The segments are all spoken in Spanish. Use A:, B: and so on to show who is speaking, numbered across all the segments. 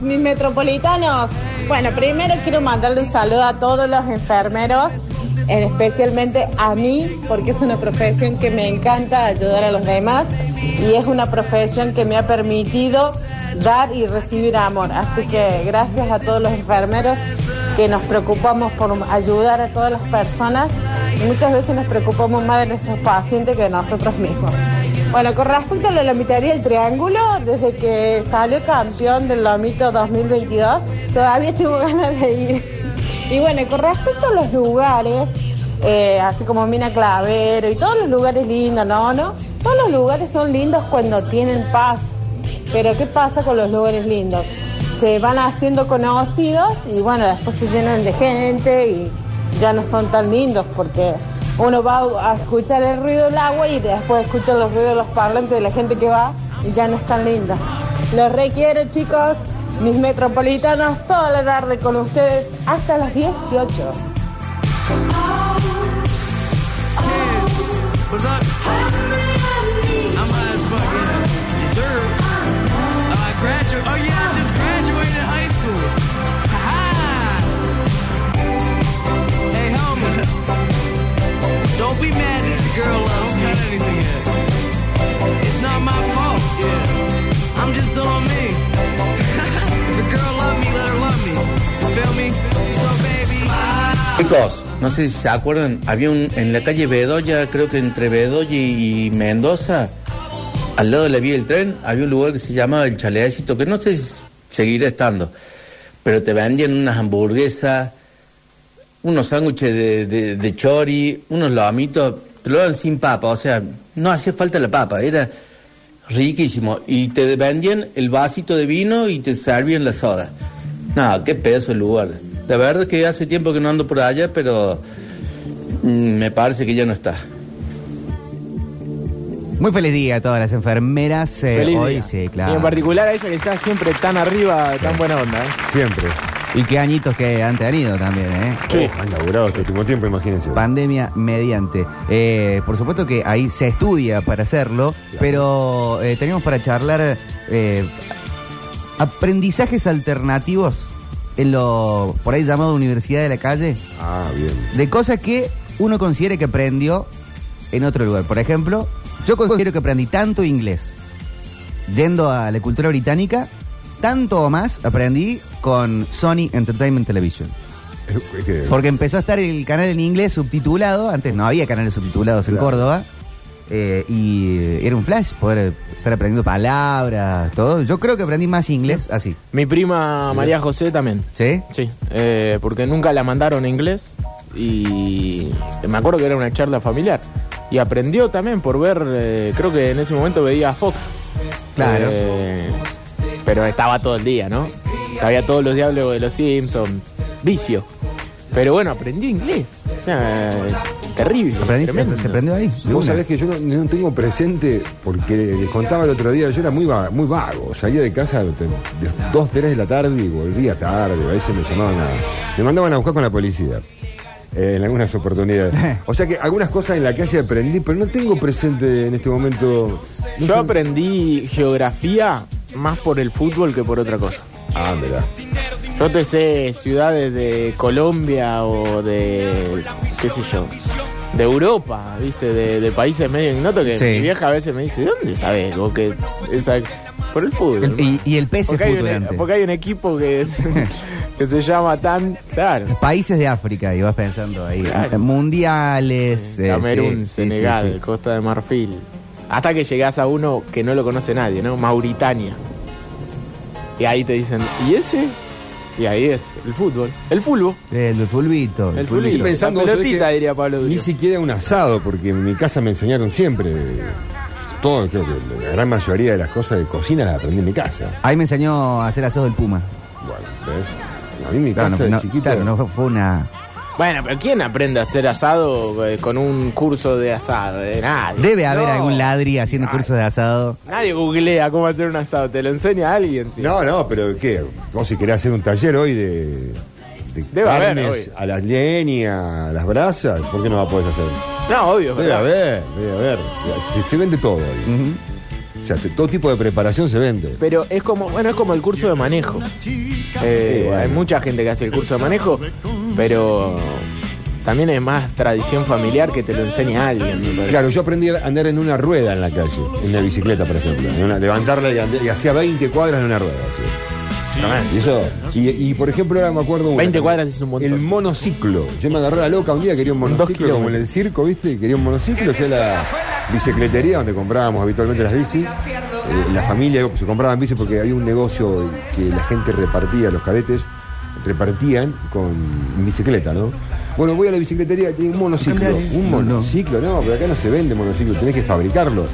A: mis metropolitanos. Bueno, primero quiero mandarle un saludo a todos los enfermeros, en especialmente a mí, porque es una profesión que me encanta ayudar a los demás y es una profesión que me ha permitido dar y recibir amor. Así que gracias a todos los enfermeros que nos preocupamos por ayudar a todas las personas. Muchas veces nos preocupamos más de nuestros pacientes que de nosotros mismos. Bueno, con respecto a la lomitería del Triángulo, desde que salió campeón del Lomito 2022, todavía tengo ganas de ir. Y bueno, con respecto a los lugares, eh, así como Mina Clavero y todos los lugares lindos, ¿no? ¿no? Todos los lugares son lindos cuando tienen paz. Pero ¿qué pasa con los lugares lindos? Se van haciendo conocidos y bueno, después se llenan de gente y ya no son tan lindos porque uno va a escuchar el ruido del agua y después escucha los ruidos de los parlantes de la gente que va y ya no es tan linda. Los requiero chicos, mis metropolitanos, toda la tarde con ustedes hasta las 18.
B: Don't be mad at your girl loves me. anything yet. It's not my fault. Yeah. I'm just doing me. if a girl love me, let her love me. You feel me? So baby, I...
C: Chicos, no sé si se acuerdan, había un en la calle Bedoya, creo que entre Bedoya y, y Mendoza, al lado de la vía del tren, había un lugar que se llamaba El Chaleacito, que no sé si seguirá estando, pero te vendían unas hamburguesas, unos sándwiches de, de, de chori, unos lomitos, te lo daban sin papa, o sea, no hacía falta la papa, era riquísimo. Y te vendían el vasito de vino y te servían la soda. No, qué pedazo el lugar. La verdad es que hace tiempo que no ando por allá, pero mm, me parece que ya no está.
D: Muy feliz día a todas las enfermeras. eh,
E: Feliz
D: hoy,
E: día.
D: sí,
E: Y
D: claro.
E: en particular a ella que está siempre tan arriba, tan buena onda. ¿eh?
F: Siempre.
D: Y qué añitos que han tenido también, ¿eh?
E: Sí.
F: Oh, han laburado este último tiempo, imagínense.
D: Pandemia mediante. Eh, por supuesto que ahí se estudia para hacerlo, pero eh, tenemos para charlar eh, aprendizajes alternativos en lo por ahí llamado universidad de la calle,
F: Ah, bien.
D: de cosas que uno considera que aprendió en otro lugar. Por ejemplo, yo considero que aprendí tanto inglés yendo a la cultura británica, tanto o más aprendí con Sony Entertainment Television.
F: Es, es que,
D: Porque empezó a estar el canal en inglés subtitulado. Antes no había canales subtitulados en
F: Claro.
D: Córdoba. Eh, y era un flash poder estar aprendiendo palabras, todo. Yo creo que aprendí más inglés así.
E: Mi prima María José también.
D: ¿Sí?
E: Sí, eh, porque nunca la mandaron a inglés y me acuerdo que era una charla familiar. Y aprendió también por ver, eh, creo que en ese momento veía a Fox.
D: Claro.
E: Eh, pero estaba todo el día, ¿no? Sabía todos los diablos de los Simpsons. Vicio. Pero bueno, aprendí inglés. O sea, terrible.
D: Aprendiste-
E: tremendo.
D: se aprendió ahí. de
F: Vos
D: una.
F: sabés que yo no, no tengo presente, porque les contaba el otro día, yo era muy, va- muy vago. Salía de casa de 2, 3 de la tarde y volvía tarde. A veces me llamaban a. Me mandaban a buscar con la policía. eh, en algunas oportunidades. O sea que algunas cosas en la calle aprendí, pero no tengo presente en este momento. no
E: Yo
F: sé-
E: aprendí geografía más por el fútbol que por otra cosa.
F: Ah, mira.
E: Yo te sé ciudades de Colombia o de, qué sé yo, de Europa, ¿viste? De, de países medio ignotos que
D: Sí.
E: mi vieja a veces me dice, ¿de dónde sabes? vos que esa- por el fútbol.
D: El- y, y el PS
E: porque, hay
D: fútbol
E: un, e-
D: antes.
E: porque hay un equipo que, que se llama tan... Claro.
D: Países de África, y vas pensando ahí.
E: Claro.
D: Eh, Mundiales. eh,
E: Camerún,
D: sí, sí,
E: Senegal,
D: sí, sí.
E: Costa de Marfil. Hasta que llegás a uno que no lo conoce nadie, ¿no? Mauritania. Y ahí te dicen, ¿y ese? Y ahí es, el fútbol. El fulbo.
D: El fulbito.
E: El fulbito.
F: Estoy pensando,
E: la
F: vos sabés
E: pelotita,
F: que
E: diría Pablo Durio.
F: Ni siquiera un asado, porque en mi casa me enseñaron siempre. Todo, creo que la gran mayoría de las cosas de cocina las aprendí en mi casa.
D: Ahí me enseñó a hacer asado del Puma.
F: Bueno, ¿ves? A mí mi
D: Claro,
F: casa
D: no-
F: de
D: no-
F: chiquito.
D: claro, no fue una.
E: Bueno, pero ¿quién aprende a hacer asado eh, con un curso de asado? De nadie.
D: Debe haber
E: No.
D: algún ladri haciendo cursos de asado.
E: Nadie googlea cómo hacer un asado, te lo enseña alguien. sí.
F: No, no, pero ¿qué? Vos si querés hacer un taller hoy de, de
E: Debe haber hoy.
F: a las leñas, a las brasas, ¿por qué no la podés hacer?
E: No, obvio.
F: Debe
E: ¿verdad?
F: haber, debe haber. Se, se vende todo hoy.
D: Ujú.
F: O sea, te- todo tipo de preparación se vende.
E: Pero es como, bueno, es como el curso de manejo. Eh,
F: Sí, bueno.
E: Hay mucha gente que hace el curso de manejo, pero también es más tradición familiar que te lo enseña alguien. me parece.
F: Claro, yo aprendí a andar en una rueda en la calle, en una bicicleta, por ejemplo. en una- levantarla y, andé- y hacía 20 cuadras en una rueda. así. Y eso. Y, y, por ejemplo, ahora me acuerdo. una
E: 20
F: también.
E: cuadras es un montón.
F: El monociclo. Yo me agarré a la loca un día, quería un
E: Dos
F: monociclo, como en
E: kilómetros.
F: el circo, ¿viste? Quería un monociclo, fui a la bicicletería donde comprábamos habitualmente las bicis. Eh, la familia se compraban bicis porque había un negocio que la gente repartía, los cadetes repartían con bicicleta, ¿no? Bueno, voy a la bicicletería, tengo un monociclo. Un monociclo, no, pero acá no se vende monociclo, tenés que fabricarlo.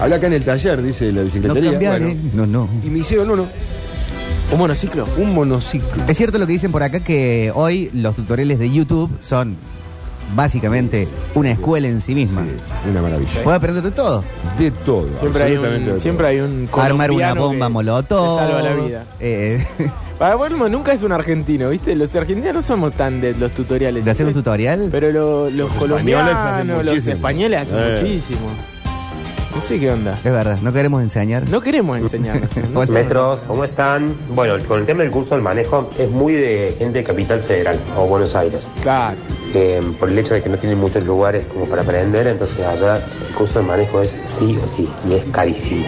F: Habla acá en el taller, dice la
D: No
F: bicicletería.
D: cambiar,
F: bueno.
D: ¿eh? No, no.
F: Y me hicieron uno,
E: ¿Un monociclo?
F: un monociclo.
D: Es cierto lo que dicen por acá que hoy los tutoriales de YouTube son básicamente una escuela en sí misma.
F: Sí, una maravilla.
D: Puedes aprender de todo.
F: De todo.
E: Siempre hay
F: absolutamente de
E: un,
F: todo.
E: siempre hay un
D: Armar
E: colombiano
D: una bomba
E: que
D: molotov.
E: te salva la vida.
D: eh,
E: Para Wolmo nunca es un argentino, ¿viste? Los argentinos no somos tan de los tutoriales.
D: de hacer un tutorial.
E: Pero lo- los,
F: españoles hacen
E: colombianos, los
F: muchísimo.
E: españoles hacen
F: Eh.
E: muchísimo. No sé qué onda.
D: Es verdad, no queremos enseñar.
E: No queremos enseñarnos. ¿eh? No
D: Bueno,
E: sé.
G: Metros, ¿cómo están? Bueno, con el tema del curso del manejo es muy de gente de Capital Federal o Buenos Aires.
E: Claro.
G: Eh, por el hecho de que no tienen muchos lugares como para aprender, entonces allá el curso del manejo es sí o sí y es carísimo.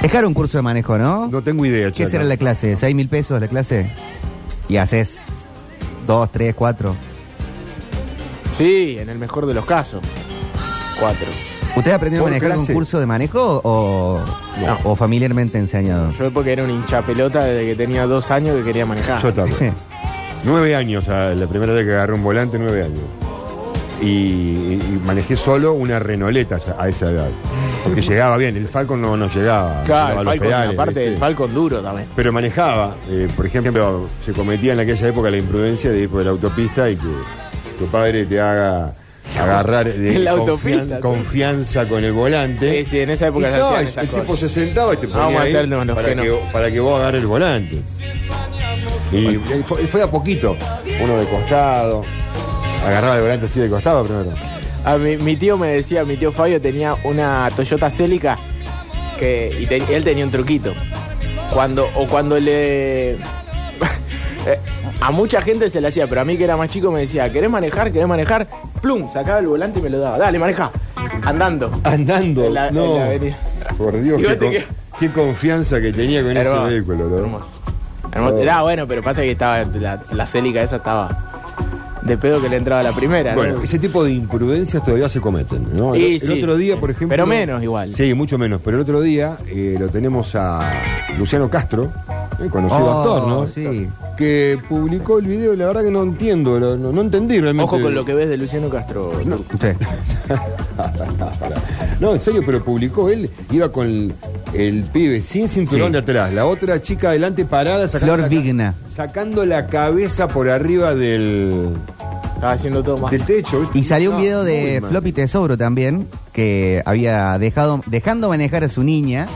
D: Es caro un curso de manejo, ¿no?
F: No tengo idea,
D: ¿Qué
F: Chaca.
D: será la clase? ¿Seis mil pesos la clase? Y haces dos, tres, cuatro.
E: Sí, en el mejor de los casos. Cuatro.
D: ¿Ustedes aprendieron a
F: Por
D: manejar con
F: clase.
D: un curso de manejo o,
E: No.
D: o familiarmente enseñado?
E: Yo porque era un hinchapelota desde que tenía dos años que quería manejar.
F: Yo también. nueve años, ah, la primera vez que agarré un volante, nueve años. Y, y manejé solo una renoleta ya- a esa edad. Porque llegaba bien, el Falcon no, no llegaba. llegaba
E: claro,
F: a
E: el
F: los
E: Falcon,
F: pedales,
E: aparte
F: ¿viste?
E: del Falcon duro también.
F: Pero manejaba, eh, por ejemplo, se cometía en aquella época la imprudencia de ir por la autopista y que tu padre te haga agarrar de
E: En la
F: confian-
E: autopista, tú.
F: confianza con el volante.
E: Sí, sí, en esa época
F: Y
E: se
F: no,
E: hacían
F: el-
E: esas
F: el tipo
E: cosas.
F: se sentaba y te ponía
E: Vamos a
F: ahí
E: hacerlo los
F: para,
E: que no.
F: para que vos agarres el volante. Y fue, fue de a poquito. Uno de costado. Agarraba el volante así de costado primero.
E: A mi, mi tío me decía, mi tío Fabio tenía una Toyota Celica que y te- él tenía un truquito. Cuando o cuando le Eh, a mucha gente se le hacía, pero a mí que era más chico me decía, "¿Querés manejar? ¿Querés manejar?" Plum, sacaba el volante y me lo daba. Dale, maneja. Andando.
F: Andando.
E: En la- en
F: no.
E: la avenida.
F: Por Dios,
E: Y
F: qué,
E: vos te
F: con-
E: quedas-
F: qué confianza que tenía con
E: Hermoso,
F: ese vehículo, ¿no?
E: hermoso. Hermoso. Era Ah, bueno, pero pasa que estaba la, la Celica esa estaba de pedo que le entraba la primera. ¿no?
F: Bueno, ese tipo de imprudencias todavía se cometen, ¿no? El-
E: Y
F: el,
E: sí.
F: otro día, por ejemplo.
E: Pero menos igual.
F: Sí, mucho menos. Pero el otro día eh, lo tenemos a Luciano Castro, eh, conocido
D: Oh,
F: actor, ¿no?
D: sí.
F: Que publicó el video y la verdad que no entiendo, lo- no, no entendí realmente.
E: Ojo con lo que ves de Luciano Castro.
D: Sí.
F: No, en serio, pero publicó él, iba con el, el pibe sin cinturón
D: Sí.
F: de atrás, la otra chica adelante parada sacando.
D: Flor
F: la ca-
D: Vigna.
F: Sacando la cabeza por arriba del,
E: Estaba haciendo todo más.
F: del techo. ¿viste?
D: Y salió un
F: No,
D: video de
F: muy mal.
D: Floppy Tesobro también, que había dejado, dejando manejar a su niña,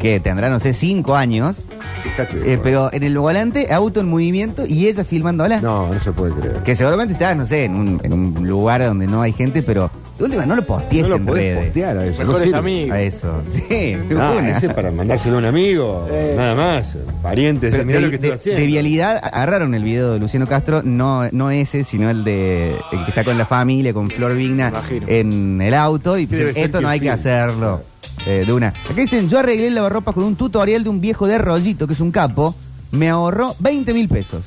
D: que tendrá, no sé, cinco años,
F: Fíjate,
D: eh,
F: bueno.
D: pero en el volante, auto en movimiento y ella filmándola.
F: No, no se puede creer.
D: Que seguramente está, no sé, en un, en un lugar donde no hay gente, pero de última no lo postees
F: No lo
D: en
F: podés
D: redes.
F: postear a eso.
E: Mejores
F: no sirve.
E: amigos.
D: A eso. Sí, de
F: Ah,
D: una.
F: ese es para mandárselo a un amigo,
E: Eh.
F: nada más. Parientes,
D: Pero
F: mirá
D: de,
F: lo que estoy
D: de-
F: haciendo.
D: de vialidad, agarraron el video de Luciano Castro, no, no ese, sino el de el que está con la familia, con Flor Vigna
E: Imagino.
D: en el auto y
F: debe
D: pusieron,
F: ser
D: esto
F: que
D: no hay que
F: sí".
D: hacerlo. Eh, de una. Acá dicen, yo arreglé el lavarropas con un tutorial de un viejo de rollito, que es un capo, me ahorró 20 mil pesos.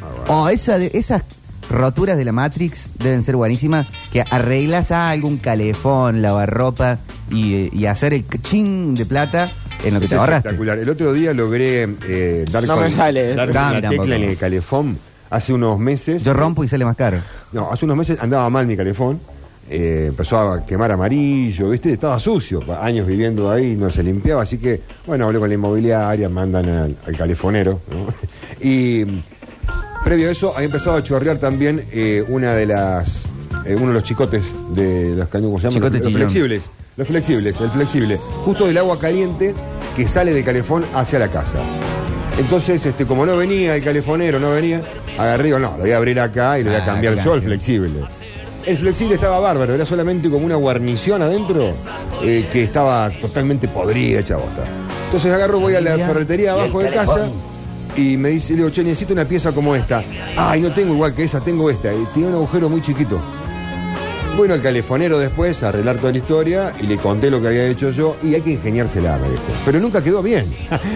F: Ah,
D: Oh, esa de- esas roturas de la Matrix deben ser buenísimas, que arreglas algo, un calefón, lavarropa y, y hacer el ching de plata en lo que
F: Es
D: te ahorraste.
F: espectacular. El otro día logré eh, dar
E: No
F: con,
E: me sale.
F: dar con
D: Dame
F: la
D: tampoco.
F: tecla en el calefón hace unos meses.
D: Yo rompo y sale más caro.
F: No, hace unos meses andaba mal mi calefón. eh, empezó a quemar amarillo, ¿viste? Estaba sucio, pa- años viviendo ahí, no se limpiaba, así que, bueno, hablé con la inmobiliaria, mandan al, al calefonero, ¿no? Y mm, previo a eso había empezado a chorrear también eh, una de las, eh, uno de los chicotes de los cañones, ¿cómo se llaman?
D: Chicote
F: Los- los
D: chillón.
F: flexibles, los flexibles, el flexible, justo del agua caliente que sale del calefón hacia la casa. Entonces, este, como no venía el calefonero, no venía, agarré y digo, no, lo voy a abrir acá y lo voy a
D: Ah,
F: cambiar yo
D: claro.
F: al flexible. El flexible estaba bárbaro, era solamente como una guarnición adentro eh, que estaba totalmente podrida, chavota. Entonces agarro, voy a la ferretería abajo de casa y me dice, le digo, che, necesito una pieza como esta. Ay, no tengo igual que esa, tengo esta. Y tiene un agujero muy chiquito. Bueno, al calefonero después a arreglar toda la historia y le conté lo que había hecho yo y hay que ingeniársela, me dijo. Pero nunca quedó bien.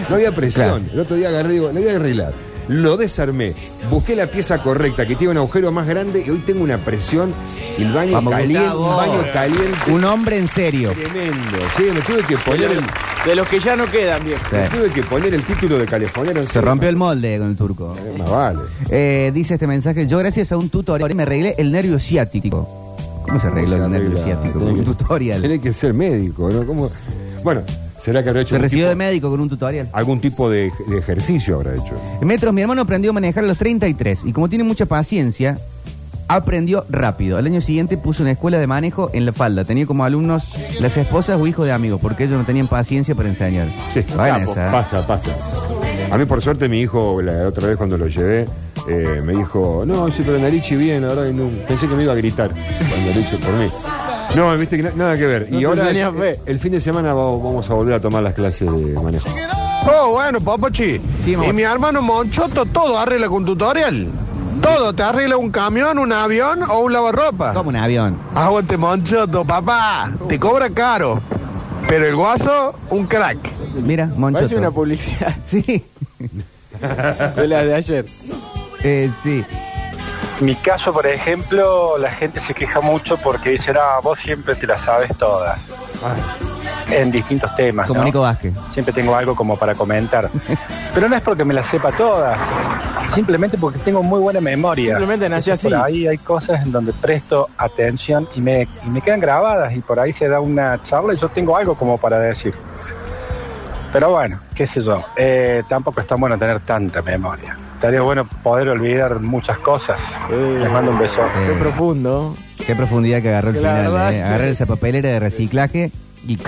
F: No había presión.
D: Claro.
F: El otro día agarré, digo, lo voy a arreglar. Lo desarmé, busqué la pieza correcta que tiene un agujero más grande y hoy tengo una presión y el baño
D: Vamos,
F: caliente,
D: Gustavo.
F: un baño caliente
D: Un hombre en serio.
F: tremendo. Sí, me tuve que poner el,
E: De los que ya no quedan, viejo.
D: Sí.
F: me tuve que poner el título de calefonero.
D: Se rompió el molde con el turco.
F: el... Más vale.
D: Eh, dice este mensaje, yo gracias a un tutorial me arreglé el nervio ciático. ¿Cómo se arregló el nervio ciático? Con un tutorial.
F: Tiene que ser médico, ¿no? ¿Cómo? Bueno, será que habrá hecho
D: Se
F: un
D: recibió
F: tipo-
D: de médico con un tutorial.
F: algún tipo de, de ejercicio habrá hecho.
D: Metros, mi hermano aprendió a manejar a los 33 y como tiene mucha paciencia, aprendió rápido. Al año siguiente puso una escuela de manejo en la falda. Tenía como alumnos las esposas o hijos de amigos porque ellos no tenían paciencia para enseñar.
F: Sí, Ah, pues,
D: Buena
F: capo.
D: esa, ¿eh?
F: pasa, pasa. A mí por suerte mi hijo, la otra vez cuando lo llevé, eh, me dijo, no, sí, pero Narichi bien, ahora no, pensé que me iba a gritar cuando lo hizo por mí. No, viste que na- nada que ver.
E: No
F: y
E: te
F: ahora
E: tenía fe.
F: el, el fin de semana va- vamos a volver a tomar las clases de manejo.
H: Oh, bueno, papachi.
D: Sí, mamá.
H: y mi hermano Monchoto todo arregla con tutorial. Todo, te arregla un camión, un avión o un lavarropa.
D: Como un avión.
H: Aguante Monchoto, papá. Te cobra caro. Pero el guaso, un crack.
D: Mira,
E: Parece una
D: Monchoto.
E: publicidad
D: Sí,
E: de las de ayer.
D: eh, sí.
I: Mi caso, por ejemplo, la gente se queja mucho porque dice, ah, vos siempre te la sabes toda. En distintos temas.
D: Ah. Como
I: ¿no?
D: Nico Vázquez.
I: Siempre tengo algo como para comentar. Pero no es porque me la sepa todas, simplemente porque tengo muy buena memoria.
E: Simplemente nací
I: Entonces,
E: así.
I: Por ahí hay cosas en donde presto atención y me, y me quedan grabadas y por ahí se da una charla y yo tengo algo como para decir. Pero bueno, qué sé yo, eh, tampoco es tan bueno tener tanta memoria. Estaría bueno poder olvidar muchas cosas. Les mando un beso.
D: Sí.
E: Qué profundo.
D: Qué profundidad que agarró el
E: Que la
D: final.
E: verdad
D: eh.
E: es que-
D: Agarrar esa papelera de reciclaje y.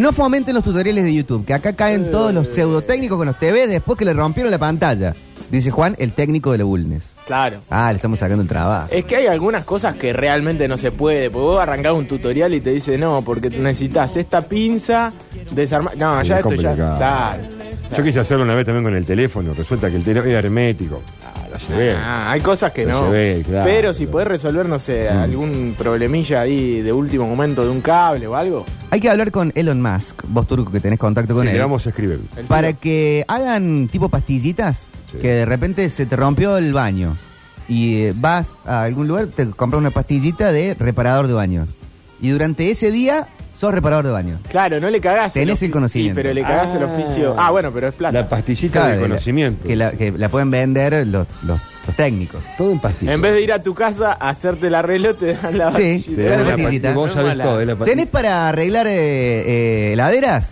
D: No fomenten los tutoriales de YouTube, que acá caen todos los pseudotécnicos con los TV después que le rompieron la pantalla. Dice Juan, el técnico de la Bulnes.
E: Claro.
D: Ah, le estamos sacando el trabajo.
E: Es que hay algunas cosas que realmente no se puede. Porque vos arrancás un tutorial y te dice, no, porque necesitas esta pinza, desarmar. No,
F: Sí,
E: ya
F: es
E: esto ya.
F: complicado.
E: Claro.
F: Yo quise hacerlo una vez también con el teléfono, resulta que el teléfono era hermético. Ah, lo llevé.
E: Ah, hay cosas que
F: No
E: no.
F: se ve, claro. Mm.
E: Pero si podés resolver, no sé, algún problemilla ahí de último momento de un cable o algo.
D: Hay que hablar con Elon Musk, vos turco que tenés contacto con
F: Sí, le
D: él,
F: vamos a escribir.
E: El
D: para
E: tío.
D: que hagan tipo pastillitas,
F: Sí.
D: que de repente se te rompió el baño y eh, vas a algún lugar, te compras una pastillita de reparador de baño. Y durante ese día sos reparador de baño.
E: Claro, no le cagás.
D: Tenés el
E: ofi-
D: conocimiento.
E: Sí, pero le cagás el
F: Ah.
E: oficio. Ah, bueno, pero es
F: La
E: plata.
F: pastillita
D: Claro,
F: de
D: la-
F: conocimiento.
D: Que la, que la pueden vender los, los- los técnicos.
F: Todo en pastilla.
E: En vez de ir a tu casa a hacerte el arreglo, te dan la
D: Sí,
E: pastillita.
F: Te
D: Claro,
F: dan una
D: pastillita.
F: pastilla, Vos
E: No es
F: sabés
E: mala.
F: todo. es la pastilla.
D: ¿Tenés para arreglar eh, eh, heladeras?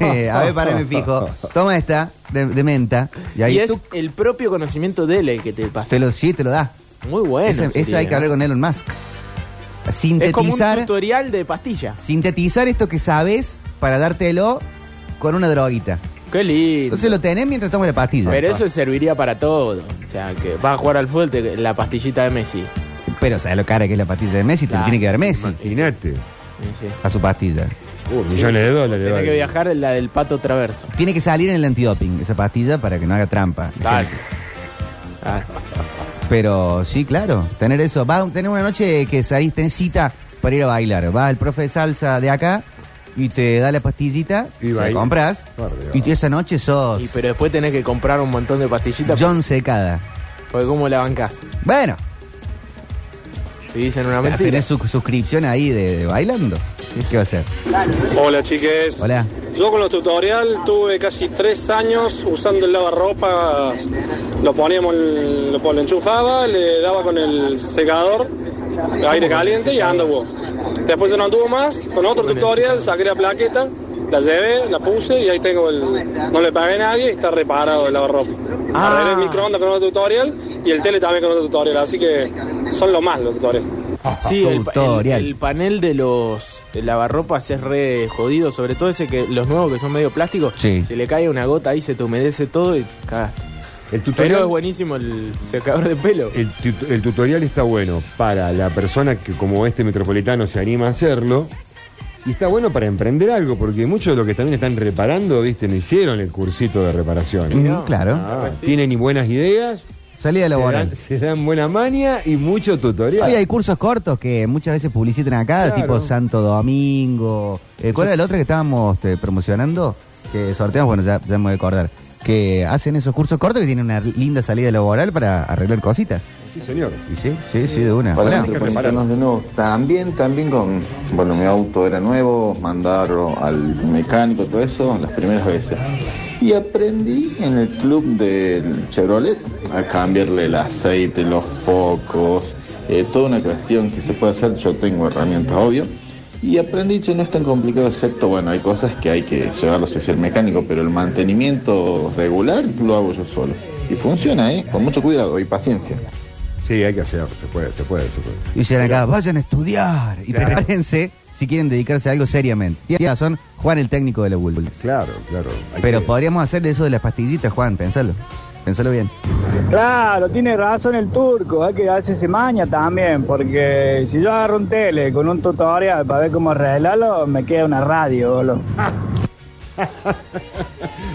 D: Eh, a ver, para me fijo. Toma esta de, de menta. Y ahí
E: y es
D: tú
E: el propio conocimiento de él el que te pasa.
D: te lo, sí, te lo da.
E: Muy bueno.
D: Esa, esa
E: sería,
D: hay que
E: ¿no?
D: hablar con Elon Musk.
E: Es como un
D: Sintetizar,
E: tutorial de pastillas.
D: sintetizar esto que sabes para dártelo con una droguita.
E: Qué lindo.
D: Entonces lo tenés mientras tomas la pastilla.
E: Pero eso serviría para todo. O sea, que vas a jugar al fútbol, te- la pastillita de Messi.
D: Pero o sea, lo cara que es la pastilla de Messi, te la
E: Claro.
D: tiene que dar Messi
F: Imagínate.
E: Sí.
D: a su pastilla.
E: Uh, sí.
F: Millones de dólares.
E: Tiene
F: vale.
E: que viajar en la del pato traverso.
D: Tiene que salir en el antidoping esa pastilla para que no haga trampa. Ah.
E: Claro. Claro.
D: Pero sí, claro, tener eso. Va a tener una noche que salís, tenés cita para ir a bailar. Va el profe de salsa de acá y te da la pastillita,
F: Y
D: se la
F: baila.
D: compras.
F: Por Dios.
D: Y tú esa noche sos
E: Y, pero después tenés que comprar un montón de pastillitas.
D: John Secada.
E: Porque cómo la bancás.
D: Bueno,
E: Y dicen una mentira.
D: tenés su suscripción ahí de, de bailando. ¿Qué va a ser?
J: Hola chiques.
D: Hola.
J: Yo con los tutorial tuve casi tres años usando el lavarropa. Lo poníamos, en- lo, lo enchufaba, le daba con el secador, aire caliente y anduvo. Después ya no anduvo más, con otro tutorial saqué la plaqueta, la llevé, la puse y ahí tengo el... No le pagué a nadie y está reparado el lavarropa.
E: Ah.
J: Arreglé el microondas con otro tutorial y el tele también con otro tutorial, así que son lo más los tutoriales.
E: Sí, el, pa- el-
D: Tutorial.
E: el panel de los lavarropas es re jodido, sobre todo ese que los nuevos que son medio plásticos,
D: Sí.
E: si le cae una gota ahí se te humedece todo y cagaste.
F: El tutorial,
E: Pero es buenísimo el secador de pelo.
F: el tut- el tutorial está bueno para la persona que como este metropolitano se anima a hacerlo. Y está bueno para emprender algo, porque muchos de los que también están reparando, viste, no hicieron el cursito de reparación.
D: Mm, claro.
E: pues
F: Ah, tienen ni buenas ideas,
D: Salida
F: se dan,
D: laboral.
F: se dan buena mania y mucho tutorial.
D: Hoy hay cursos cortos que muchas veces publicitan acá,
F: Claro.
D: tipo Santo Domingo. Eh, ¿Cuál era el otro que estábamos eh, promocionando? Que sorteamos, bueno, ya, ya me voy a acordar. Que hacen esos cursos cortos que tienen una linda salida laboral para arreglar cositas.
F: Sí, señor.
D: Y sí, sí, sí, de una.
K: Para
D: Hola.
K: metropolitanos de nuevo. También, también con. Bueno, mi auto era nuevo, mandarlo al mecánico, todo eso, las primeras veces. Y aprendí en el club del Chevrolet a cambiarle el aceite, los focos, eh, toda una cuestión que se puede hacer. Yo tengo herramientas, obvio. Y aprendí que no es tan complicado, excepto, bueno, hay cosas que hay que llevarlos hacia el mecánico, pero el mantenimiento regular lo hago yo solo. Y funciona, ¿eh? Con mucho cuidado y paciencia.
F: Sí, hay que hacer, se puede, se puede, se puede.
D: Y dicen acá, vayan a estudiar y
F: Claro.
D: prepárense si quieren dedicarse a algo seriamente. Tiene razón Juan, el técnico de la Bulbul.
F: Claro, claro. hay
D: Pero
F: que-
D: podríamos hacerle eso de las pastillitas, Juan, pensalo. Pensalo bien.
I: Claro, tiene razón el turco, hay que darse ese maña también, porque si yo agarro un tele con un tutorial para ver cómo arreglarlo, me queda una radio, boludo.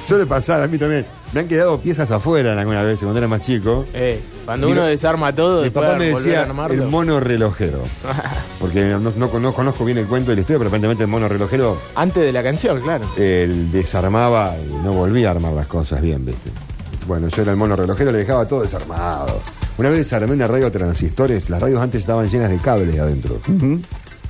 F: Suele pasar a mí también. Me han quedado piezas afuera alguna vez cuando era más chico.
E: Eh, cuando
F: Mira,
E: uno desarma todo,
F: Mi
E: después
F: papá me
E: volver a
F: decía
E: armarlo.
F: el mono relojero. Porque no, no- no conozco bien el cuento de la historia, pero aparentemente el mono relojero
E: Antes de la canción, claro.
F: él desarmaba y no volvía a armar las cosas bien, ¿viste? Bueno, yo era el mono relojero, le dejaba todo desarmado. Una vez desarmé una radio de transistores, las radios antes estaban llenas de cables adentro.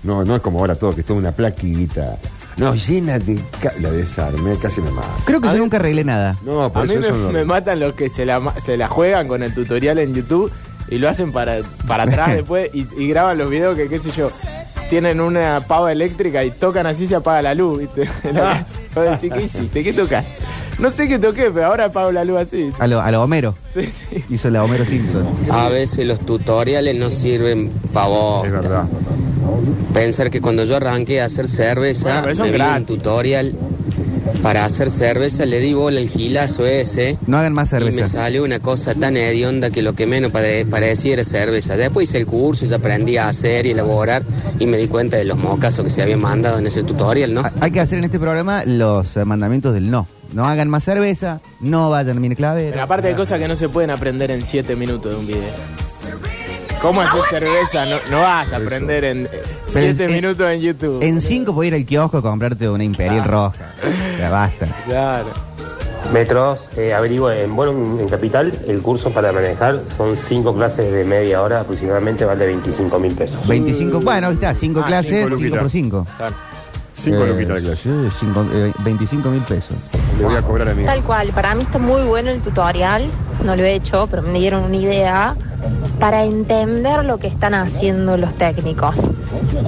F: No, no es como ahora todo, que es toda una plaquita. No, llena de cables. La desarmé, casi me mata.
D: Creo que
E: A
D: yo
E: ver,
D: nunca arreglé nada.
F: No, por
E: A mí
F: eso
E: me,
F: eso no-
E: me matan los que se la, ma- se la juegan con el tutorial en YouTube y lo hacen para, para atrás después y, y graban los videos que, qué sé yo, tienen una pava eléctrica y tocan así se apaga la luz, ¿viste? La- Vos decís, ¿qué hiciste? ¿Qué tocas? No sé qué toqué, pero ahora apago la luz así.
D: A lo, a lo Homero.
E: Sí, sí.
D: Hizo la Homero Simpson.
L: A veces los tutoriales no sirven para vos.
F: Es verdad.
L: Pensar que cuando yo arranqué a hacer
E: Bueno,
L: cerveza,
E: pero son
L: me vino un
E: gratis.
L: tutorial para hacer cerveza, le di bola el gilazo ese.
D: No hagan más
L: Y me
D: cerveza.
L: salió una cosa tan hedionda que lo que menos pare- parecía era cerveza. Después hice el curso, ya aprendí a hacer y elaborar y me di cuenta de los mocazos que se habían mandado en ese tutorial, ¿no?
D: Ha- Hay que hacer en este programa los eh, mandamientos del no. No hagan más cerveza, no vayan a mine
E: Pero aparte hay cosas que no se pueden aprender en 7 minutos de un video. ¿Cómo hacer cerveza? No, no vas a aprender en eh,
D: Pero en-
E: 7
D: en-
E: minutos en YouTube. Ah.
D: En cinco puedes ir al kiosco a comprarte una imperial roja. Ya basta.
E: Claro.
G: Metros, eh, averigua en, bueno, en Capital, el curso para manejar son cinco clases de media hora, aproximadamente vale 25 mil pesos.
D: 25, bueno, ahí está, cinco
E: Ah,
D: clases,
F: cinco
D: 5 por
F: luquitas.
D: 5.
E: claro.
F: Cinco luquitas de clase. eh,
D: 25 mil pesos.
F: Le voy a cobrar a mí.
M: Tal cual, para mí está muy bueno el tutorial, no lo he hecho, pero me dieron una idea para entender lo que están haciendo los técnicos.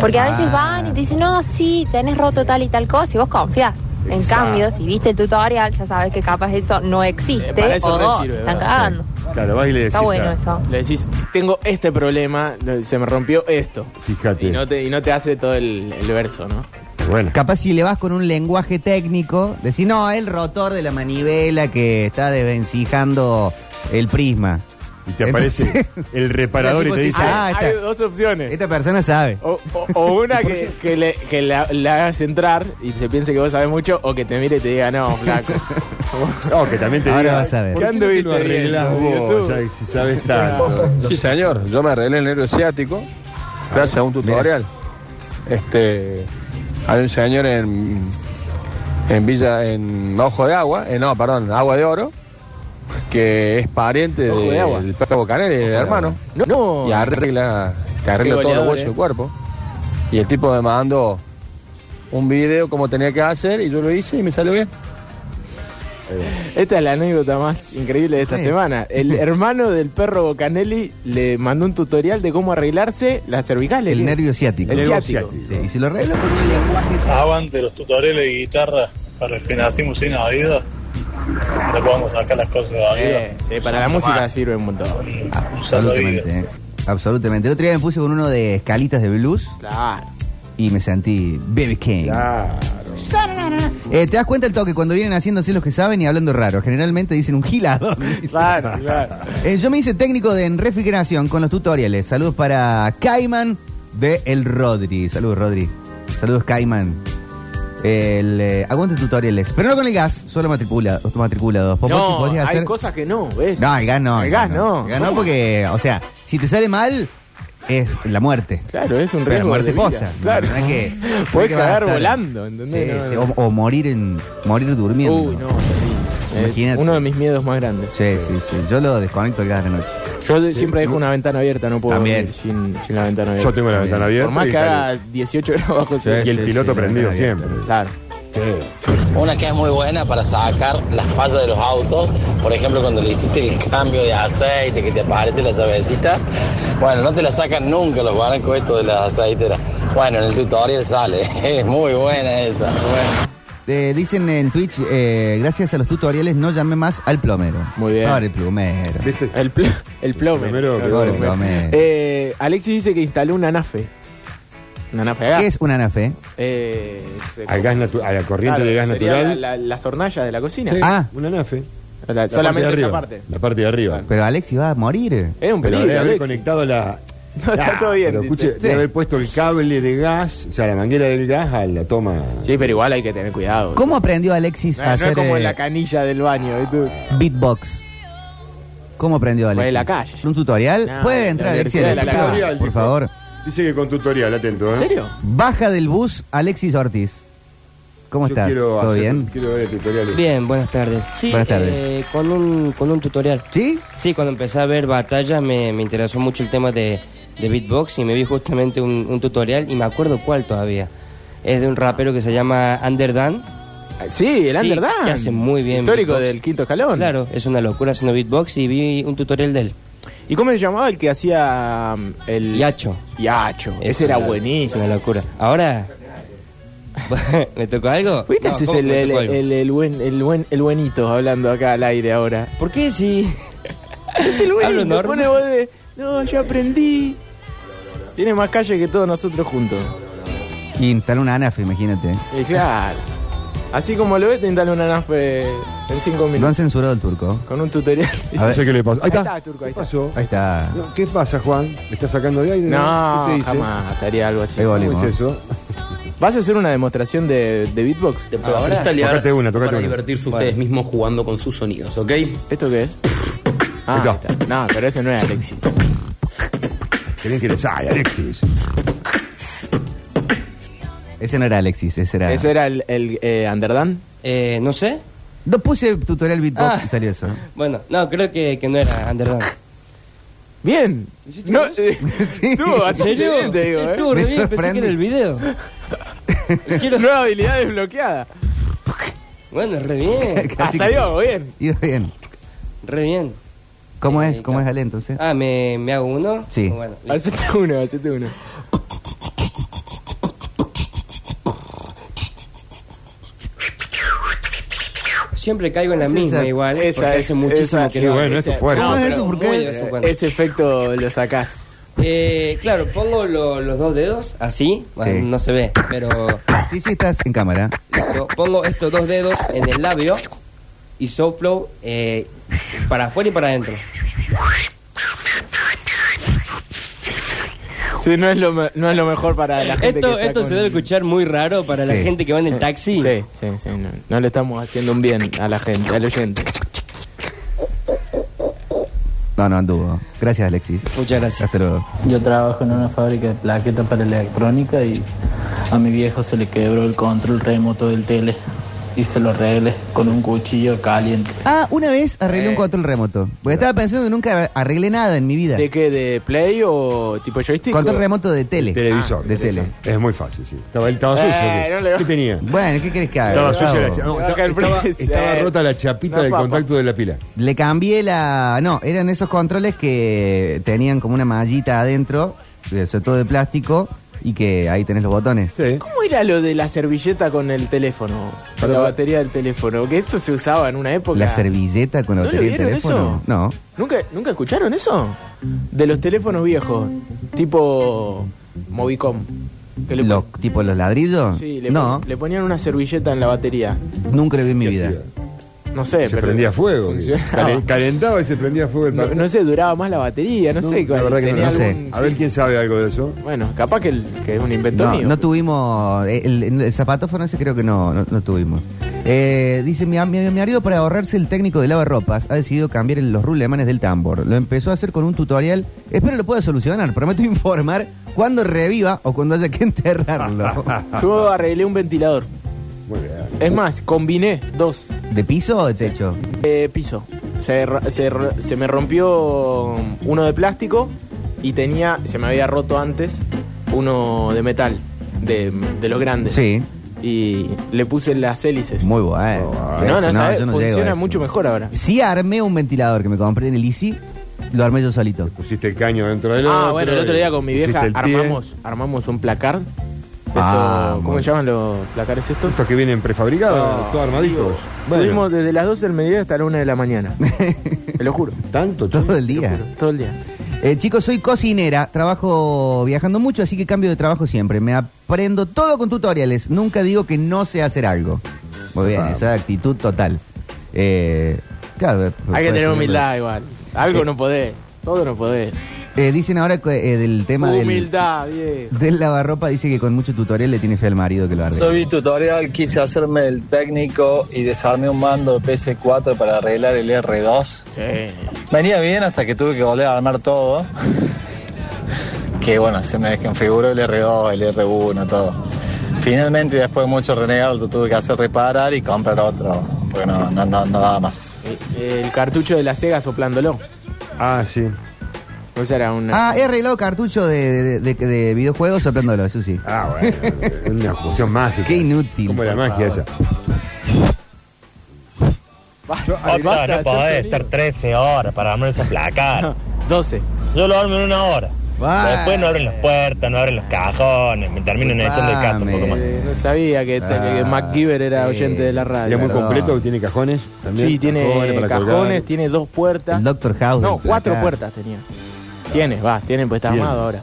M: Porque a veces
D: Ah.
M: van y te dicen, no, sí, tenés roto tal y tal cosa, y vos confías. En
E: Exacto.
M: cambio, si viste el tutorial, ya sabes que capaz eso no existe
E: Eh, para eso
M: o
E: no sirve,
M: están
E: ¿verdad?
M: cagando.
F: Claro, vas y le decís.
M: Está bueno
F: a-
M: eso.
E: Le decís, tengo este problema, se me rompió esto.
F: Fíjate.
E: Y no te, y no te hace todo el, el verso, ¿no?
F: Bueno.
D: Capaz si le vas con un lenguaje técnico, decís, no, el rotor de la manivela que está desvencijando el prisma.
F: Y te aparece el reparador y te dice.
D: Ah,
E: hay, hay
D: está.
E: dos opciones.
D: Esta persona sabe.
E: O, o- o una que, que le, que la, la hagas entrar y se piense que vos sabés mucho, o que te mire y te diga, no, flaco.
F: No, que también te
D: Ahora
F: diga,
D: vas a ver.
F: ¿por qué no te lo
E: ¿Qué anduviste
F: arreglás
E: viendo?
F: vos?
E: YouTube.
F: Ya, si sabes tanto.
K: Sí, señor. Yo me arreglé el negro ciático gracias a un tutorial. Este, hay un señor en, en Villa, en Ojo de Agua, eh, no, perdón, Agua de Oro, que es pariente
E: Ojo de
K: del
E: Agua.
K: Pepe Bocanel, el Eh, hermano,
E: no, no.
K: y arregla, te
E: Qué
K: arregla todos los
E: goleador,
K: huesos
E: eh.
K: del cuerpo. Y el tipo me mandó un video como tenía que hacer y yo lo hice y me salió bien.
E: Esta es la anécdota más increíble de esta
D: Sí.
E: semana. El hermano del perro Bocanelli le mandó un tutorial de cómo arreglarse las cervicales.
D: El
E: ¿sí?
D: nervio ciático.
E: El ciático.
D: Sí, y si lo pues, arreglo,
J: Avante los tutoriales de guitarra para el financimos sin oído. Le podemos sacar las cosas de
E: Eh, sí, para la música sirve un montón.
D: absolutamente. eh. Absolutamente. El otro día me puse con uno de escalitas de blues
E: Claro.
D: y me sentí Baby King.
F: Claro.
D: Eh, te das cuenta el toque cuando vienen haciendo así los que saben y hablando raro. Generalmente dicen un gilador.
E: Claro, claro.
D: Eh, yo me hice técnico de en refrigeración con los tutoriales. Saludos para Cayman de El Rodri. Saludos, Rodri. Saludos, Cayman. El, eh, aguante tutoriales. Pero no con el gas, solo matricula, matriculados. Popochi,
E: No, hay
D: ¿podrías Pues hacer?
E: cosas que no, ¿ves?
D: No, el gas no.
E: El gas no.
D: El gas no porque, o sea, si te sale mal, es la muerte.
E: Claro, es un
D: Pero
E: riesgo
D: muerte
E: de vida.
D: posta.
E: Claro.
D: No es que- no es
E: Podés
D: que vas a
E: cagar
D: estar-
E: volando, ¿entendés?
D: Sí,
E: No,
D: sí,
E: no.
D: O, o morir en morir durmiendo.
E: Uy, no, terrible. Eh,
D: Imagínate.
E: uno de mis miedos más grandes.
D: Sí, sí, sí. Yo lo desconecto el gas de noche.
E: Yo de- siempre dejo una ventana abierta, no puedo
D: También.
E: dormir sin, sin la ventana abierta.
F: Yo tengo la ventana abierta
E: Por más
F: y
E: que
F: jalo.
E: haga 18 grados bajo
F: Sí, y el piloto prendido siempre.
E: Claro.
N: Una que es muy buena para sacar las fallas de los autos, por ejemplo, cuando le hiciste el cambio de aceite que te aparece la llavecita, bueno, no te la sacan nunca los barcos estos de las aceiteras. Bueno, en el tutorial sale, es muy buena esa.
D: Eh, dicen en Twitch, eh, gracias a los tutoriales, no llame más al plomero. Muy
E: bien.
D: Ahora el plomero.
E: El, pl el plomer.
D: Pobre plomer.
E: Eh, Alexis dice que instaló una nafe. Una nafe de gas.
D: ¿Qué es una nafe?
E: Eh, se-
F: Al gas natu- a la corriente
E: Claro,
F: de gas
E: sería
F: natural.
E: la- la- las hornallas de la cocina.
F: Sí,
D: Ah.
F: una nafe.
E: La-
F: La
E: solamente
F: parte de
E: esa
F: arriba,
E: parte.
F: La parte de arriba.
D: Pero Alexi va a morir.
E: Es un
F: Pero
E: peligro,
F: debe haber
E: Alexis.
F: conectado la.
E: No, está
F: Ah,
E: todo bien.
F: pero
E: dice.
F: escuche, debe haber puesto el cable de gas, o sea, la manguera del gas a la toma.
E: Sí, pero igual hay que tener cuidado.
D: ¿Cómo aprendió Alexis
E: No,
D: a
E: no
D: hacer
E: es como
D: eh,
E: la canilla del baño. ¿viste?
D: beatbox? ¿Cómo aprendió Alexis?
E: de la calle.
D: ¿Un tutorial?
E: No,
D: Puede
E: de
D: entrar
E: la
D: Alexis.
E: Universidad de la
D: Alexis,
E: Calle.
D: por favor.
F: Dice que con tutorial, atento, ¿eh?
E: ¿En serio?
D: Baja del bus Alexis Ortiz. ¿Cómo
F: Yo
D: estás?
F: quiero
D: ¿Todo
F: hacer-
D: bien?
F: Quiero ver el tutorial.
O: Bien, buenas tardes. Sí,
D: Buenas tardes.
O: eh, con, un, con un tutorial.
D: ¿Sí?
O: Sí, cuando empecé a ver batallas me, me interesó mucho el tema de, de beatbox y me vi justamente un, un tutorial y me acuerdo cuál todavía. Es de un rapero que se llama Underdan.
E: Ah, Sí, el Underdan.
O: Que hace muy bien.
E: Histórico del quinto escalón.
O: Claro, es una locura haciendo beatbox y vi un tutorial de él.
E: ¿Y cómo se llamaba el que hacía mm, el.
O: Yacho.
E: Yacho. Ese era buenísimo.
O: Una locura. Ahora. ¿Me tocó algo?
E: ¿Viste?
O: No,
E: Ese es
O: ¿cómo
E: el,
O: me
E: el,
O: tocó algo?
E: el- el buen, el, buen, el buenito hablando acá al aire ahora.
O: ¿Por qué si.?
E: Es el
O: Hablo
E: buenito.
O: normal.
E: Pone voz de. No, yo aprendí. Tiene más calle que todos nosotros juntos.
O: eh,
D: Y instala una anafe, imagínate.
E: Y claro. Así como lo ves, te instala una nafe en 5
D: Lo han
E: minutos.
D: censurado el turco.
E: Con un tutorial.
D: A
F: No
D: ver.
F: sé qué le pasó. Ahí está.
E: Turco, ahí está.
F: ¿Qué pasó?
D: Ahí está.
F: No, ¿Qué pasa, Juan? ¿Me está sacando de aire? ¿Qué te
E: No,
F: dice?
E: jamás estaría algo así.
D: Ahí
F: ¿Cómo
D: volvimos.
F: es eso?
E: ¿Vas a hacer una demostración de, de beatbox? Ah,
O: Ahora,
F: Tocate una, tocate una.
L: divertirse
E: ustedes
L: mismos jugando con sus sonidos, ¿ok?
E: ¿Esto qué es? Ah,
F: Ahí
E: ahí está. no, pero ese no es Alexis.
F: Querés que le saque, Alexis.
D: Ese no era Alexis, ese era.
E: Ese era el, el eh, Underdan.
O: eh, no sé.
D: No puse tutorial beatbox
O: Ah.
D: y salió eso.
O: Bueno, no, creo que, que no era Underdan.
E: Bien. No, eh, Estuvo
O: ¿En serio?
E: bastante bien, te digo, ¿eh?
O: Estuvo re
D: Me
O: bien, pensé que
D: sorprende.
O: era el video. Quiero...
E: Nueva habilidad desbloqueada.
O: Bueno, re bien,
D: Casi
E: Hasta
D: que-
E: yo, bien.
D: Iba bien.
O: re bien.
D: ¿Cómo
O: Eh,
D: es? ¿Cómo es
O: claro.
D: Ale entonces?
O: Ah, ¿me, me hago uno?
D: Sí.
O: Bueno, listo.
E: Hacete uno, hacete uno.
O: siempre caigo en la
D: Esa-
O: misma igual,
E: esa
O: porque
E: es-
O: hace muchísimo
E: esa-
O: que no.
E: y bueno, esto
O: Esa-
E: fue.
O: No,
E: ¿Cómo es
O: pero
D: esto? ¿Por
O: muy
D: qué?
O: de vez en cuando.
E: Ese efecto lo sacás.
O: Eh, claro, pongo lo- los dos dedos así, bueno,
D: Sí.
O: no se ve, pero
D: Sí, sí, estás en cámara.
O: listo. Pongo estos dos dedos en el labio y soplo eh, para afuera y para adentro.
E: Sí, no es lo, me- no es lo mejor para la gente que
O: Esto,
E: está
O: esto
E: con-
O: se debe escuchar muy raro para la
D: Sí.
O: gente que va en el taxi.
E: Sí, sí, sí. No, no le estamos haciendo un bien a la gente, al oyente.
D: No, no anduvo. Gracias, Alexis.
O: Muchas gracias.
D: Hasta luego.
P: Yo trabajo en una fábrica de plaquetas para electrónica y a mi viejo se le quebró el control remoto del tele y se lo arreglé con un cuchillo caliente.
D: Ah, una vez arreglé un
E: Eh.
D: control remoto. Porque estaba pensando que nunca arreglé nada en mi vida.
E: ¿De qué? ¿De play o tipo joystick?
D: Control remoto de tele.
F: Televisor.
D: de tele.
F: Es muy fácil, sí. Estaba, estaba
E: Eh,
F: sucio. ¿qué?
E: no le-
F: ¿Qué tenía?
D: Bueno, ¿qué querés que haga?
F: Estaba sucia
D: Gustavo?
F: la cha- no,
E: Acá
F: estaba-
E: el
F: estaba-
E: precio.
F: Estaba rota la chapita
E: No,
F: del
E: papa.
F: contacto de la pila.
D: Le cambié la. No, eran esos controles que tenían como una mallita adentro, de- sobre todo de plástico, y que ahí tenés los botones.
F: Sí.
E: ¿Cómo era lo de la servilleta con el teléfono?
F: Para-
E: la batería del teléfono. Que eso se usaba en una época.
D: La servilleta con la
E: ¿No lo
D: batería del
E: vieron
D: teléfono.
E: eso?
D: No.
E: ¿Nunca, ¿Nunca escucharon eso? De los teléfonos viejos. Tipo. Movicom. Que le
D: ¿Los tipo los ladrillos?
E: Sí, le,
D: no,
E: le ponían una servilleta en la batería.
D: nunca lo vi en mi vida.
E: No sé,
F: Se
E: pero.
F: prendía fuego. Calen- Calentaba y se prendía fuego el
E: No,
F: papel.
E: no sé, duraba más la batería, no, sé.
F: La
E: cuál-
F: verdad que no,
E: tenía
F: lo sé.
E: algún-
F: A ver quién sabe algo de eso.
E: Bueno, capaz que, el- que es un invento
D: No,
E: mío.
D: no tuvimos. eh, El, el- el zapatófono ese creo que no, no, no tuvimos. Eh, dice: mi, mi- mi marido, para ahorrarse el técnico de lavarropas, ha decidido cambiar el- los rulemanes del tambor. Lo empezó a hacer con un tutorial. Espero lo pueda solucionar. Prometo informar cuando reviva o cuando haya que enterrarlo.
E: Yo arreglé un ventilador. Es más, combiné dos.
D: ¿De piso o de techo?
E: Eh, piso. Se, ro- se ro- se me rompió uno de plástico y tenía, se me había roto antes, uno de metal, de, de los grandes.
D: Sí.
E: Y le puse las hélices.
D: Muy bueno.
F: Oh,
E: no, no, sabes,
D: yo no llego a
E: funciona
D: eso.
E: mucho mejor ahora.
D: Sí armé un ventilador que me compré en el Easy. Lo armé yo solito.
F: Pusiste el caño dentro del
E: ah,
F: otro,
E: bueno, el otro día con mi
F: pusiste
E: vieja
F: el pie.
E: armamos, armamos un placard. Esto-
F: Ah,
E: ¿Cómo
F: muy
E: se llaman los placares estos?
F: Estos que vienen prefabricados,
E: Ah,
F: todos armaditos.
E: digo, Estuvimos desde las 12 del mediodía hasta la 1 de la mañana. Te lo juro.
F: ¿Tanto?
D: Todo el día.
E: Todo el día.
D: Eh, chicos, soy cocinera, trabajo viajando mucho, así que cambio de trabajo siempre. Me aprendo todo con tutoriales. Nunca digo que no sé hacer algo. Muy
E: Ah.
D: bien, esa actitud total. Eh, claro,
E: Hay que
D: puede
E: tener
D: ser,
E: humildad igual. Algo
D: Sí.
E: no podés. Todo no podés.
D: pero- Eh, dicen ahora que, eh, del tema del,
E: Humildad, bien.
D: del lavarropa, dice que con mucho tutorial le tiene fe al marido que lo arde.
Q: Soy tutorial, quise hacerme el técnico y desarmé un mando de PS4 para arreglar el R2. Venía bien hasta que tuve que volver a armar todo. que bueno, se me desconfiguró el R2, el R1, todo. Finalmente, después de mucho renegar, lo tuve que hacer reparar y comprar otro. Porque no, no, no, no daba más.
E: Eh, El cartucho de la Sega soplándolo.
F: Ah, sí.
E: Esa era una.
D: Ah, he arreglado cartucho de, de- de- de videojuegos soplándolo, eso sí.
F: Ah, bueno. Es una cuestión mágica.
D: Qué inútil.
F: Como la
D: por
F: magia
D: favor.
F: esa.
E: Ay, basta,
R: no
E: ya
R: podés
E: sonido.
R: estar 13 horas para armar esa placa.
E: 12.
R: Yo lo armo en una hora.
E: Va.
R: Después no abren las puertas, no abren los cajones, me terminan echando el gato un poco más.
E: Eh, no sabía que, este- que MacGyver era oyente de la radio.
F: Ya muy Ah, completo, tiene cajones también.
E: Sí, tiene
F: Cajones para colgar.
E: cajones, tiene dos puertas.
D: Doctor House.
E: No,
F: del
E: cuatro
F: placar.
E: puertas tenía. Tiene, va, tiene, pues está
G: Bien.
E: armado ahora.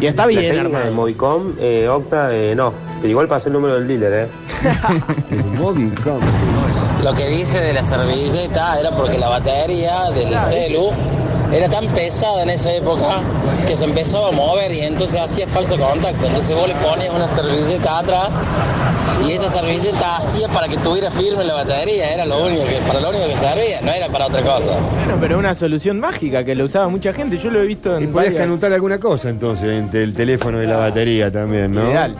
E: Y está bien
G: La técnica
E: armado.
G: de Movicom, eh, Octa, eh, no. Pero igual pasó el número del dealer, ¿eh?
F: Movicom.
N: Lo que dice de la servilleta era porque la batería del celu era tan pesada en esa época que se empezaba a mover y entonces hacía falso contacto. Entonces vos le pones una servilleta atrás y esa servilleta hacía para que estuviera firme la batería. Era lo único que, para lo único que servía, no era para otra cosa.
E: Bueno, pero una solución mágica que lo usaba mucha gente. Yo lo he visto en.
F: Y podías
E: varias-
F: canutar alguna cosa entonces entre el teléfono y la batería también, ¿no?
E: Ideal.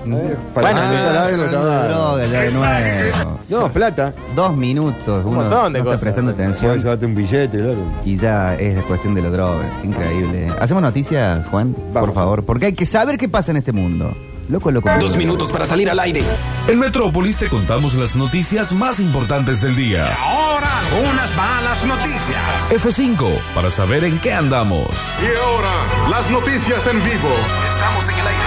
F: Para
E: Bueno,
F: bueno,
E: sí.
D: Droga, ya Ah, de nuevo.
F: No, plata.
D: Dos minutos.
F: Un
D: uno
F: montón de
D: no
F: cosas.
D: Está prestando atención.
F: Llévate un billete, claro.
D: Y ya es cuestión de los drogas. Increíble. Hacemos noticias, Juan, por favor. Porque hay que saber qué pasa en este mundo. Loco, loco.
S: Dos minutos para salir al aire. En Metrópolis te contamos las noticias más importantes del día.
H: Ahora algunas malas noticias.
S: F5, para saber en qué andamos.
H: Y ahora, las noticias en vivo. Estamos en el aire.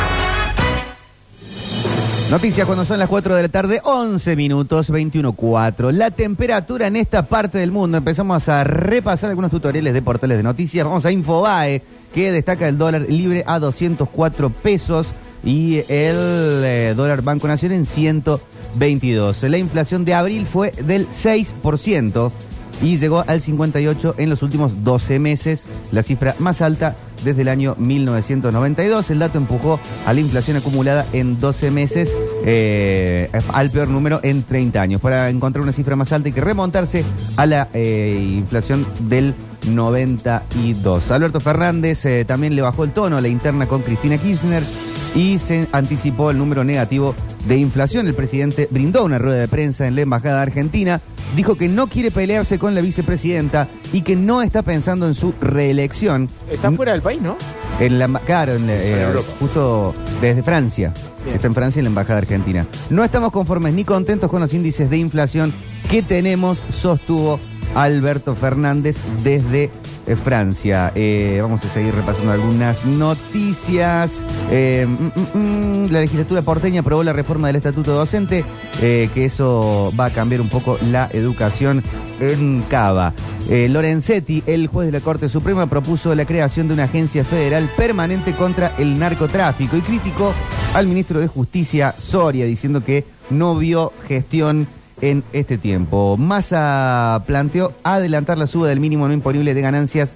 D: Noticias cuando son las 4 de la tarde, 11 minutos, 21.4. La temperatura en esta parte del mundo. Empezamos a repasar algunos tutoriales de portales de noticias. Vamos a Infobae, que destaca el dólar libre a 204 pesos y el eh, dólar Banco Nación en 122. La inflación de abril fue del 6% y llegó al 58 en los últimos 12 meses, la cifra más alta desde el año 1992. El dato empujó a la inflación acumulada en 12 meses eh, al peor número en 30 años. Para encontrar una cifra más alta hay que remontarse a la eh, inflación del 92. Alberto Fernández eh, también le bajó el tono a la interna con Cristina Kirchner y se anticipó el número negativo de inflación. El presidente brindó una rueda de prensa en la Embajada Argentina, dijo que no quiere pelearse con la vicepresidenta y que no está pensando en su reelección.
E: Está fuera del país, ¿no?
D: En la, claro, en la- eh, justo desde Francia. Está en Francia en la Embajada Argentina. No estamos conformes ni contentos con los índices de inflación que tenemos, sostuvo Alberto Fernández desde eh, Francia. Eh, vamos a seguir repasando algunas noticias. Eh, mm, mm, mm, la legislatura porteña aprobó la reforma del estatuto docente, eh, que eso va a cambiar un poco la educación en Cava. Eh, Lorenzetti, el juez de la Corte Suprema, propuso la creación de una agencia federal permanente contra el narcotráfico y criticó al ministro de Justicia Soria, diciendo que no vio gestión en este tiempo. Massa planteó adelantar la suba del mínimo no imponible de ganancias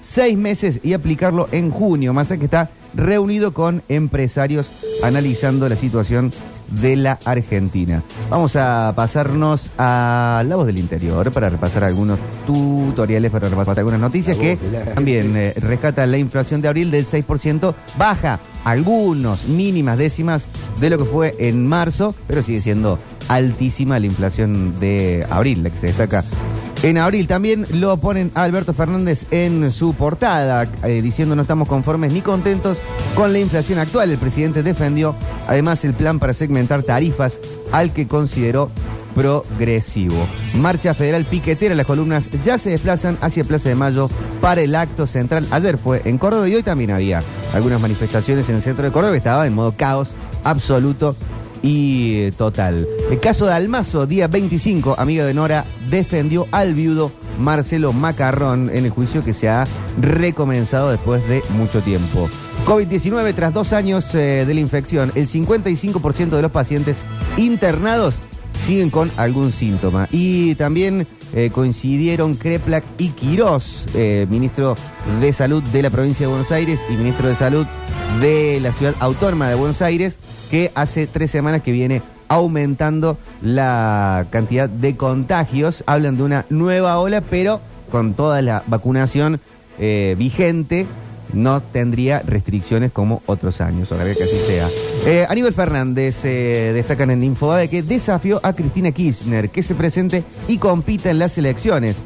D: seis meses y aplicarlo en junio. Massa que está reunido con empresarios analizando la situación de la Argentina. Vamos a pasarnos a La Voz del Interior para repasar algunos tutoriales, para repasar algunas noticias
F: La
D: que
F: Voz de la-
D: también eh, rescata la inflación de abril del 6%, baja algunos mínimas décimas de lo que fue en marzo, pero sigue siendo altísima la inflación de abril, la que se destaca. En abril también lo ponen a Alberto Fernández en su portada, eh, diciendo no estamos conformes ni contentos con la inflación actual. El presidente defendió además el plan para segmentar tarifas al que consideró progresivo. Marcha federal piquetera, las columnas ya se desplazan hacia Plaza de Mayo para el acto central. Ayer fue en Córdoba y hoy también había algunas manifestaciones en el centro de Córdoba que estaba en modo caos absoluto y eh, total. El caso de Almazo, día 25, amiga de Nora, defendió al viudo Marcelo Macarrón en el juicio que se ha recomenzado después de mucho tiempo. COVID-19, tras dos años eh, de la infección, el 55% de los pacientes internados siguen con algún síntoma. Y también eh, coincidieron Kreplak y Quirós, eh, ministro de Salud de la provincia de Buenos Aires y ministro de Salud de la ciudad autónoma de Buenos Aires, que hace tres semanas que viene aumentando la cantidad de contagios. Hablan de una nueva ola, pero con toda la vacunación eh, vigente no tendría restricciones como otros años. Ojalá que así sea. Eh, Aníbal Fernández eh, destacan en Infobae que desafió a Cristina Kirchner que se presente y compita en las elecciones.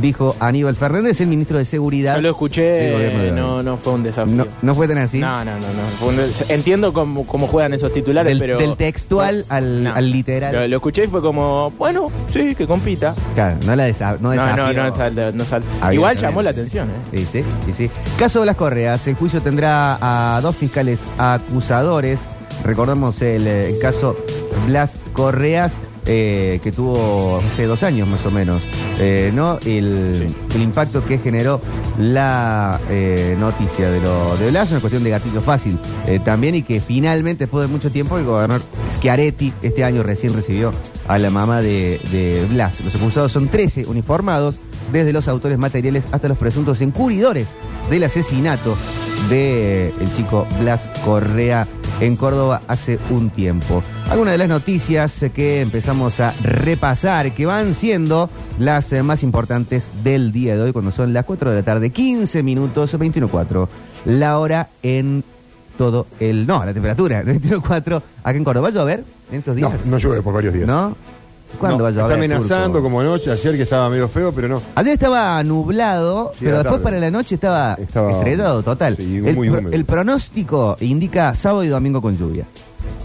D: Dijo Aníbal Fernández, el ministro de Seguridad.
E: Yo lo
D: del gobierno
E: escuché,
D: de
E: eh, no, no fue un desafío. No,
D: no fue tan así.
E: No, no, no. fue un des- Entiendo cómo, cómo juegan esos titulares,
D: Del,
E: pero.
D: del textual al,
E: No.
D: al literal.
E: Lo, lo escuché y fue como, bueno, sí, que compita.
D: Claro, no la desa- no
E: No, no,
D: desafió.
E: no, sal- no sal-
D: Abiertamente.
E: Igual llamó la atención, ¿eh?
D: Sí, sí, sí, sí. Caso de las Correas. El juicio tendrá a dos fiscales acusadores. Recordamos el eh, caso Blas Correas, eh, que tuvo hace dos años más o menos, eh, ¿no? El, el impacto que generó la eh, noticia de lo de Blas, una cuestión de gatillo fácil eh, también, y que finalmente, después de mucho tiempo, el gobernador Schiaretti este año recién recibió a la mamá de, de Blas. Los acusados son 13 uniformados desde los autores materiales hasta los presuntos encubridores del asesinato del el chico Blas Correa en Córdoba hace un tiempo. Algunas de las noticias que empezamos a repasar, que van siendo las eh, más importantes del día de hoy, cuando son las 4 de la tarde, 15 minutos, 21.4, la hora en todo el... No, la temperatura, 21.4, acá en Córdoba. ¿Va a llover en estos días?
F: No, no llueve por varios días.
D: ¿No? ¿Cuándo
F: No,
D: va a llover?
F: Está amenazando
D: Turco?
F: como anoche, ayer que estaba medio feo, pero no.
D: Ayer estaba nublado,
F: Sí,
D: pero
F: a la
D: después
F: tarde.
D: para la noche estaba,
F: Estaba-
D: estrellado total.
F: Sí,
D: el,
F: muy
D: pro-
F: húmedo.
D: el pronóstico indica sábado y domingo con lluvia.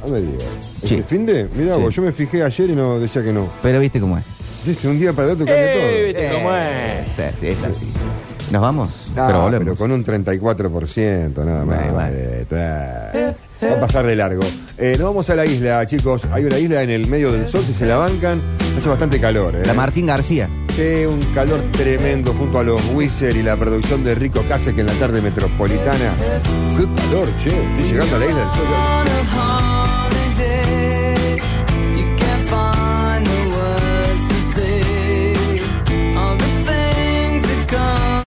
F: No me digas. ¿Este fin de? Mirá,
D: Sí.
F: vos, yo me fijé ayer y no decía que no.
D: Pero viste cómo es.
F: Viste, un día para el otro cambia todo.
E: Eh, viste cómo es.
D: Eh, Sí, sí, es así. Nos vamos.
F: No,
D: pero
F: pero,
D: volvemos.
F: con un 34% nada más. Eh, está. Va a pasar de largo. Eh, nos vamos a la isla, chicos. Hay una isla en el medio del sol, si se la bancan, hace bastante calor. eh.
D: La Martín García.
F: Sí, un calor tremendo junto a los Wizard y la producción de Rico Cáceres que en la tarde metropolitana. Qué calor, che. Estoy llegando a la isla del sol.